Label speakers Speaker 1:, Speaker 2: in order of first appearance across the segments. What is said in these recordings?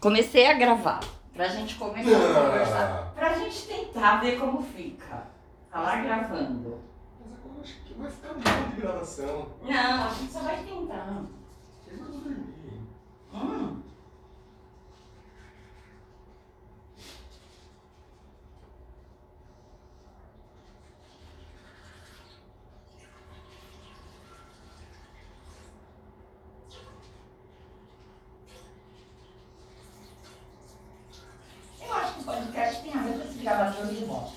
Speaker 1: Comecei a gravar. Pra gente começar a
Speaker 2: Ah.
Speaker 1: conversar. Pra gente tentar ver como fica. Tá lá gravando.
Speaker 2: Mas agora eu acho que vai ficar muito de gravação.
Speaker 1: Não, a gente só vai tentar.
Speaker 2: Eu vou dormir.
Speaker 1: Hum. Eu acho que o podcast tem a ver com esse gravador de voz.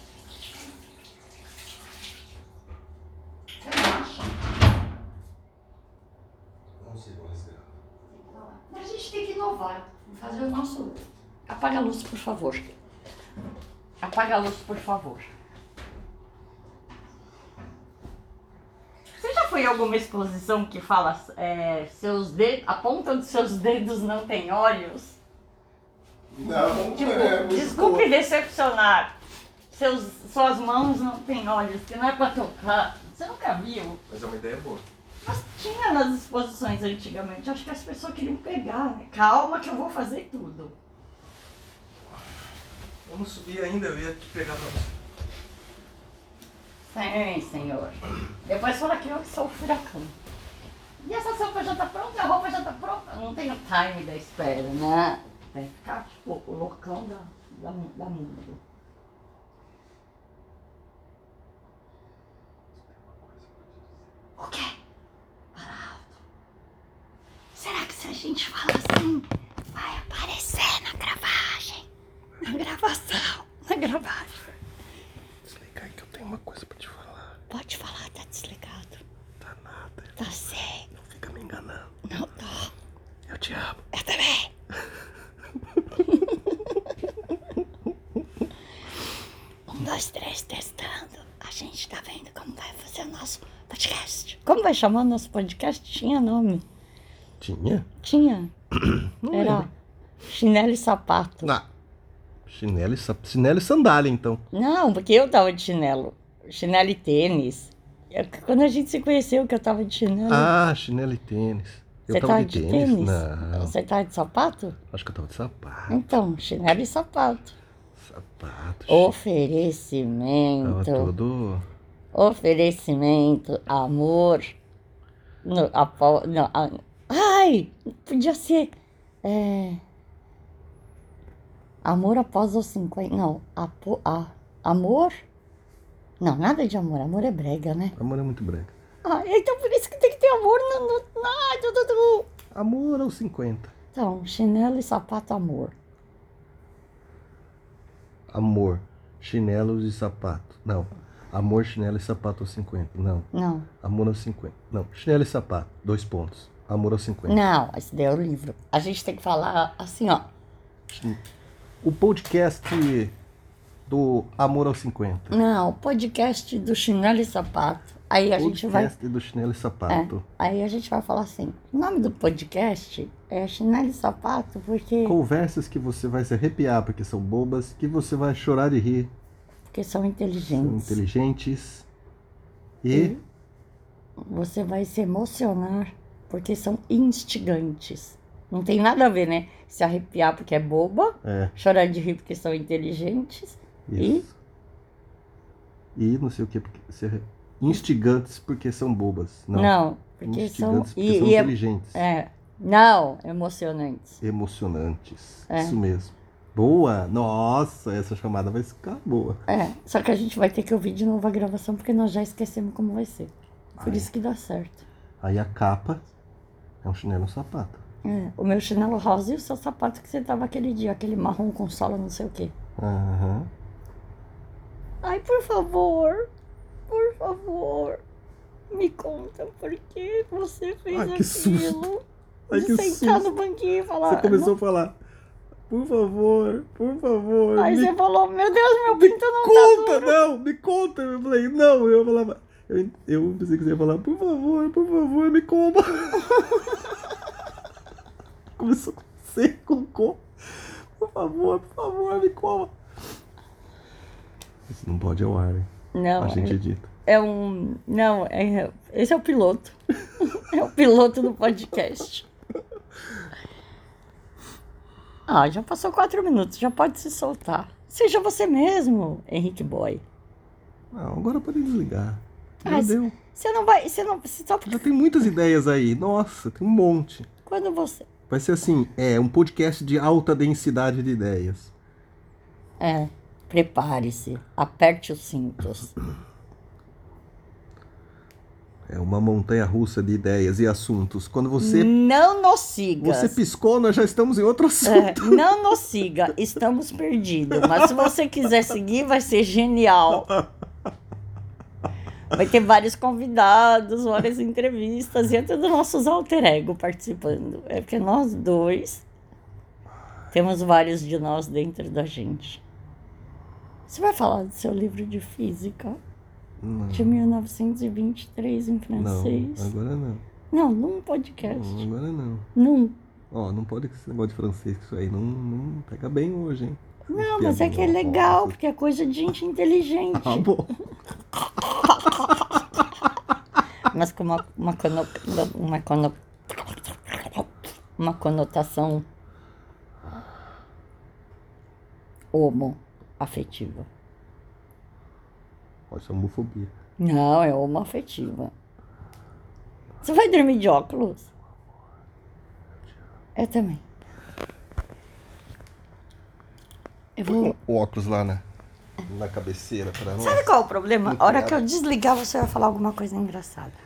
Speaker 1: Você não acha?
Speaker 2: Não sei qual respirar.
Speaker 1: Mas a gente tem que inovar, fazer o nosso. Apaga a luz, por favor. Apaga a luz, por favor. Você já foi em alguma exposição que fala é, seus dedos, a ponta dos seus dedos não tem olhos?
Speaker 2: Não,
Speaker 1: Tipo,
Speaker 2: é muito
Speaker 1: desculpe
Speaker 2: boa.
Speaker 1: decepcionar. Seus, suas mãos não têm olhos, que não é pra tocar. Você nunca viu?
Speaker 3: Mas é uma ideia boa.
Speaker 1: Mas tinha nas exposições antigamente. Acho que as pessoas queriam pegar, né? Calma que eu vou fazer tudo.
Speaker 3: Eu não subi ainda, eu ia te pegar pra você.
Speaker 1: Sim, senhor. Depois fala que eu que sou o furacão. E essa sopa já tá pronta, a roupa já tá pronta. Eu Não tem o time da espera, né? Vai ficar tipo o loucão da, da, mu- da mundo. O quê? Para alto. Será que se a gente fala assim, vai aparecer na gravagem? Na gravação, na gravagem.
Speaker 3: Desliga aí que eu tenho uma coisa pra te falar.
Speaker 1: Pode falar, tá desligado.
Speaker 3: Tá nada.
Speaker 1: Tá sei.
Speaker 3: Não fica me enganando.
Speaker 1: Não tá. tô.
Speaker 3: Eu te amo.
Speaker 1: Eu também. um, dois, três, testando. A gente tá vendo como vai fazer o nosso podcast. Como vai chamar o nosso podcast? Tinha nome.
Speaker 3: Tinha?
Speaker 1: Tinha. Era chinelo e sapato.
Speaker 3: Na. Chinelo e, sap... Chinelo e sandália, então.
Speaker 1: Não, porque eu tava de chinelo. Chinelo e tênis. É porque Quando a gente se conheceu que eu tava de chinelo.
Speaker 3: Ah, chinelo e tênis. Eu
Speaker 1: Hum. Você
Speaker 3: tava
Speaker 1: tava
Speaker 3: de
Speaker 1: de
Speaker 3: tênis?
Speaker 1: tênis?
Speaker 3: Não.
Speaker 1: Você tava de sapato?
Speaker 3: Acho que eu tava de sapato.
Speaker 1: Então, chinelo e sapato.
Speaker 3: Sapato. chi- Tava
Speaker 1: Oferecimento.
Speaker 3: todo.
Speaker 1: Oferecimento, amor. No, apo, no, a- ai, podia ser. é, amor após os 50. Não, apo, a, amor? Não, nada de amor. Amor é brega, né?
Speaker 3: Amor é muito branca.
Speaker 1: Ah, então por isso que tem que ter amor no. no, no ai, du, du, du.
Speaker 3: Amor é aos 50.
Speaker 1: Então, chinelo e sapato, amor.
Speaker 3: Amor, chinelos e sapato. Não. Amor, chinelo e sapato aos 50. Não.
Speaker 1: Não,
Speaker 3: Amor aos 50. Não, chinelo e sapato. Dois pontos. Amor aos 50.
Speaker 1: não, esse daí é o livro. A gente tem que falar assim, ó.
Speaker 3: O podcast do Amor aos 50.
Speaker 1: Não, podcast do chinelo e sapato. Aí a gente vai
Speaker 3: podcast do chinelo e sapato.
Speaker 1: Aí a gente vai falar assim: o nome do podcast é Chinelo e Sapato, porque,
Speaker 3: Conversas que você vai se arrepiar porque são bobas, que você vai chorar de rir,
Speaker 1: porque são
Speaker 3: são
Speaker 1: inteligentes.
Speaker 3: inteligentes. E
Speaker 1: Você vai se emocionar porque são instigantes. Não tem nada a ver, né? Se arrepiar porque é boba,
Speaker 3: é,
Speaker 1: chorar de rir porque são inteligentes. E?
Speaker 3: isso. E não sei o que porque se arre- instigantes porque são bobas.
Speaker 1: Não,
Speaker 3: Não.
Speaker 1: porque são.
Speaker 3: instigantes porque
Speaker 1: E,
Speaker 3: são
Speaker 1: e é,
Speaker 3: inteligentes.
Speaker 1: é. Não, emocionantes.
Speaker 3: Emocionantes.
Speaker 1: É.
Speaker 3: Isso mesmo. Boa! Nossa, essa chamada vai ficar boa.
Speaker 1: É, só que a gente vai ter que ouvir de novo a gravação porque nós já esquecemos como vai ser. Por
Speaker 3: Ai.
Speaker 1: isso que dá certo.
Speaker 3: Aí a capa é um chinelo e um sapato.
Speaker 1: É, o meu chinelo rosa e o seu sapato que você tava aquele dia, aquele marrom com sola, não sei o quê.
Speaker 3: Aham.
Speaker 1: Ai, por favor, por favor, me conta por que você fez
Speaker 3: Ai, que
Speaker 1: aquilo.
Speaker 3: Ai,
Speaker 1: de
Speaker 3: que
Speaker 1: sentar
Speaker 3: susto.
Speaker 1: no banquinho e falar.
Speaker 3: Você começou a falar, por favor, por favor,
Speaker 1: "Não". Aí
Speaker 3: me
Speaker 1: você falou, meu Deus, meu pinto não tá
Speaker 3: conta, não, me conta. Eu falei, não, eu falava, eu, eu pensei que você ia falar, por favor, por favor, me coma. Começou com C, com co. Por favor, por favor, me coma. Isso não pode ao ar, hein?
Speaker 1: duro. Não,
Speaker 3: A gente edita.
Speaker 1: é um. Não, é... esse é o piloto. é o piloto do podcast.
Speaker 4: Ah, já passou quatro minutos, já pode se soltar. Seja você mesmo, Henrique Boy.
Speaker 3: Não, agora pode desligar. Já
Speaker 4: Mas-
Speaker 3: deu.
Speaker 4: Você não vai. Você não. Você só
Speaker 3: Já
Speaker 4: porque.
Speaker 3: tem muitas ideias aí. Nossa, tem um monte.
Speaker 4: Quando você.
Speaker 3: Vai ser assim, é um podcast de alta densidade de ideias.
Speaker 4: É. Prepare-se. Aperte os cintos.
Speaker 3: É uma montanha russa de ideias e assuntos. Quando você
Speaker 4: Não nos siga.
Speaker 3: você piscou, nós já estamos em outro assunto.
Speaker 4: É, não nos siga, estamos perdidos. Mas se você quiser seguir, vai ser genial. Vai ter vários convidados, várias entrevistas e até dos nossos alter ego participando. É porque nós dois temos vários de nós dentro da gente. Você vai falar do seu livro de física
Speaker 3: Não,
Speaker 4: de 1923 em francês?
Speaker 3: Hum. não, agora não.
Speaker 4: Não, num podcast.
Speaker 3: Não, agora não.
Speaker 4: Num.
Speaker 3: Ó, não pode com esse negócio de francês, que isso aí não, não pega bem hoje, hein? um
Speaker 4: Não, mas é que é legal, porque é coisa de gente inteligente.
Speaker 3: Ah, bom.
Speaker 4: mas com uma, uma, cono, uma, cono, uma conotação homoafetiva.
Speaker 3: Pode ser homofobia.
Speaker 4: Não, é homoafetiva. Você vai dormir de óculos? Eu também. Eu vou.
Speaker 3: O óculos lá na, na cabeceira pra nós.
Speaker 4: Sabe qual é o problema? A
Speaker 3: Muito
Speaker 4: hora que eu
Speaker 3: obrigado.
Speaker 4: desligar, você vai falar alguma coisa engraçada.